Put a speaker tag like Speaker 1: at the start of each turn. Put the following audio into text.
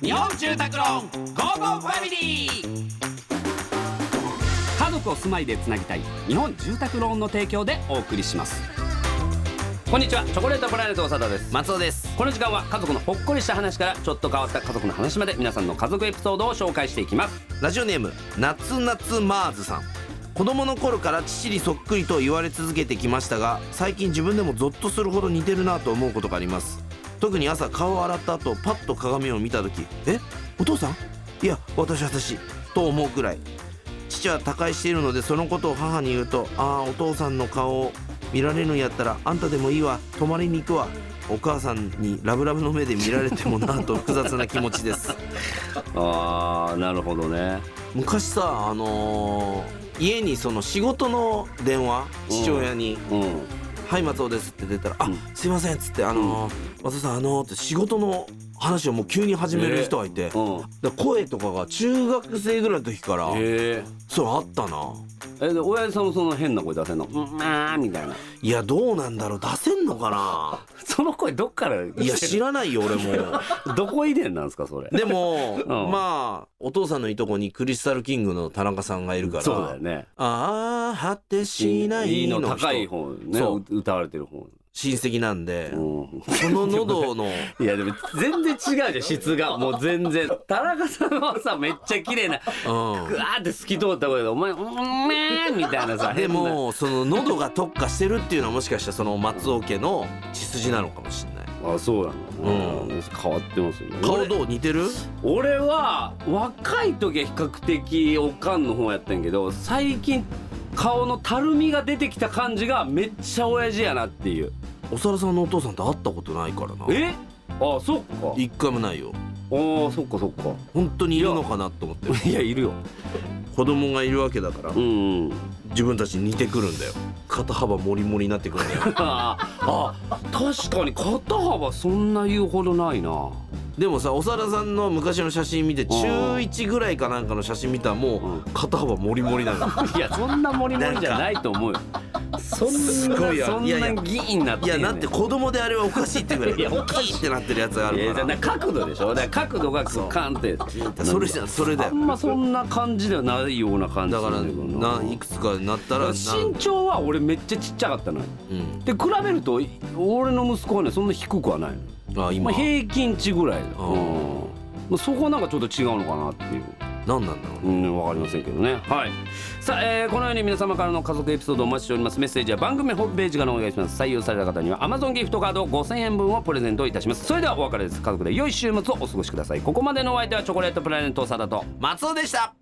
Speaker 1: 日本住宅ローンゴーゴーファミリー家族を住まいでつなぎたい日本住宅ローンの提供でお送りしますこんにちはチョコレートプラネット長田です
Speaker 2: 松尾です
Speaker 1: この時間は家族のほっこりした話からちょっと変わった家族の話まで皆さんの家族エピソードを紹介していきます
Speaker 2: ラジオネーム夏夏マーズさん子供の頃から父にそっくりと言われ続けてきましたが最近自分でもゾッとするほど似てるなと思うことがあります特に朝顔を洗った後パッと鏡を見た時「えお父さんいや私私」と思うくらい父は他界しているのでそのことを母に言うと「ああお父さんの顔を見られるんやったらあんたでもいいわ泊まりに行くわ」お母さんにラブラブの目で見られてもなぁと複雑な気持ちです
Speaker 1: ああなるほどね
Speaker 2: 昔さあのー家にその仕事の電話父親に
Speaker 1: うん
Speaker 2: 「はい松尾です」って出たら「あ、
Speaker 1: うん
Speaker 2: すいません」っつって「あのー松尾さんあのー」って仕事の話をもう急に始める人がいて、
Speaker 1: うん
Speaker 2: だから声とかが中学生ぐらいの時から、
Speaker 1: へ
Speaker 2: それあったな
Speaker 1: えで親父さんもその変な声出せんのうんあーみたいない
Speaker 2: やどうなんだろう出せんの かな
Speaker 1: その声どっから
Speaker 2: いや知らないよ俺 も
Speaker 1: どこ遺伝なんですかそれ
Speaker 2: でも、
Speaker 1: うん
Speaker 2: まあお父さんのいとこにクリスタルキングの田中さんがいるから
Speaker 1: そうだよね
Speaker 2: ああ果てしないの人
Speaker 1: 高い方ね
Speaker 2: そう
Speaker 1: う歌われてる方
Speaker 2: 親戚なんで、
Speaker 1: うん
Speaker 2: その喉 の
Speaker 1: いやでも全然違うじゃん質が もう全然田中さんはさめっちゃ綺麗な
Speaker 2: う
Speaker 1: ぐわーって透き通った声でお前うんめーみたいなさ
Speaker 2: んで
Speaker 1: 変な
Speaker 2: もその喉が特化してるっていうのはもしかしたらその松尾家の血筋なのかもしれない
Speaker 1: あそうなの、
Speaker 2: うん
Speaker 1: うん、変わってますよね
Speaker 2: 顔どう似てる
Speaker 1: 俺俺は若い時は比較的おかんの方やったんやけど最近顔のたるみが出てきた感じがめっちゃ親父やなっていう
Speaker 2: おさらさんのお父さんと会ったことないからな
Speaker 1: えあそっか
Speaker 2: 一回もないよ
Speaker 1: ああそっかそっか
Speaker 2: 本当にいるのかなと思って
Speaker 1: いやいるよ
Speaker 2: 子供がいるわけだから
Speaker 1: うん、うん、
Speaker 2: 自分たちに似てくるんだよ肩幅モリモリになってくるんだよ
Speaker 1: ああ確かに肩幅そんな言うほどないな
Speaker 2: でもさおさらさんの昔の写真見て中1ぐらいかなんかの写真見たらもう肩幅モリモリなの
Speaker 1: いやそんなモリモリじゃないと思うよそんな
Speaker 2: すごいよ
Speaker 1: そん
Speaker 2: いやい
Speaker 1: な
Speaker 2: や
Speaker 1: 議員になって
Speaker 2: い
Speaker 1: んね
Speaker 2: や
Speaker 1: ん
Speaker 2: だって子供であれはおかしいって ぐらい
Speaker 1: いやお
Speaker 2: 大
Speaker 1: かしい
Speaker 2: きいってなってるやつがあ
Speaker 1: い
Speaker 2: る
Speaker 1: や
Speaker 2: か
Speaker 1: だ
Speaker 2: ら
Speaker 1: から角度でしょだから角度が
Speaker 2: そう
Speaker 1: カンって
Speaker 2: それじゃそれだ
Speaker 1: あ
Speaker 2: よ
Speaker 1: んまそんな感じではないような感じ
Speaker 2: だから
Speaker 1: するんだけど
Speaker 2: ないくつかになったらな
Speaker 1: 身長は俺めっちゃちっちゃかったのよ
Speaker 2: うん
Speaker 1: で比べると俺の息子はねそんな低くはないの
Speaker 2: あ
Speaker 1: ま
Speaker 2: 今
Speaker 1: あ、平均値ぐらいだ、
Speaker 2: あ
Speaker 1: う
Speaker 2: ー
Speaker 1: んまあ、そこはなんかちょっと違うのかなっていう
Speaker 2: 何なんだろうね
Speaker 1: うん、わかりませんけどね。はい。さあ、えーこのように皆様からの家族エピソードをお待ちしております。メッセージは番組ホームページからお願いします。採用された方には Amazon ギフトカード5000円分をプレゼントいたします。それではお別れです。家族で良い週末をお過ごしください。ここまでのお相手はチョコレートプラネット長田と。
Speaker 2: 松尾でした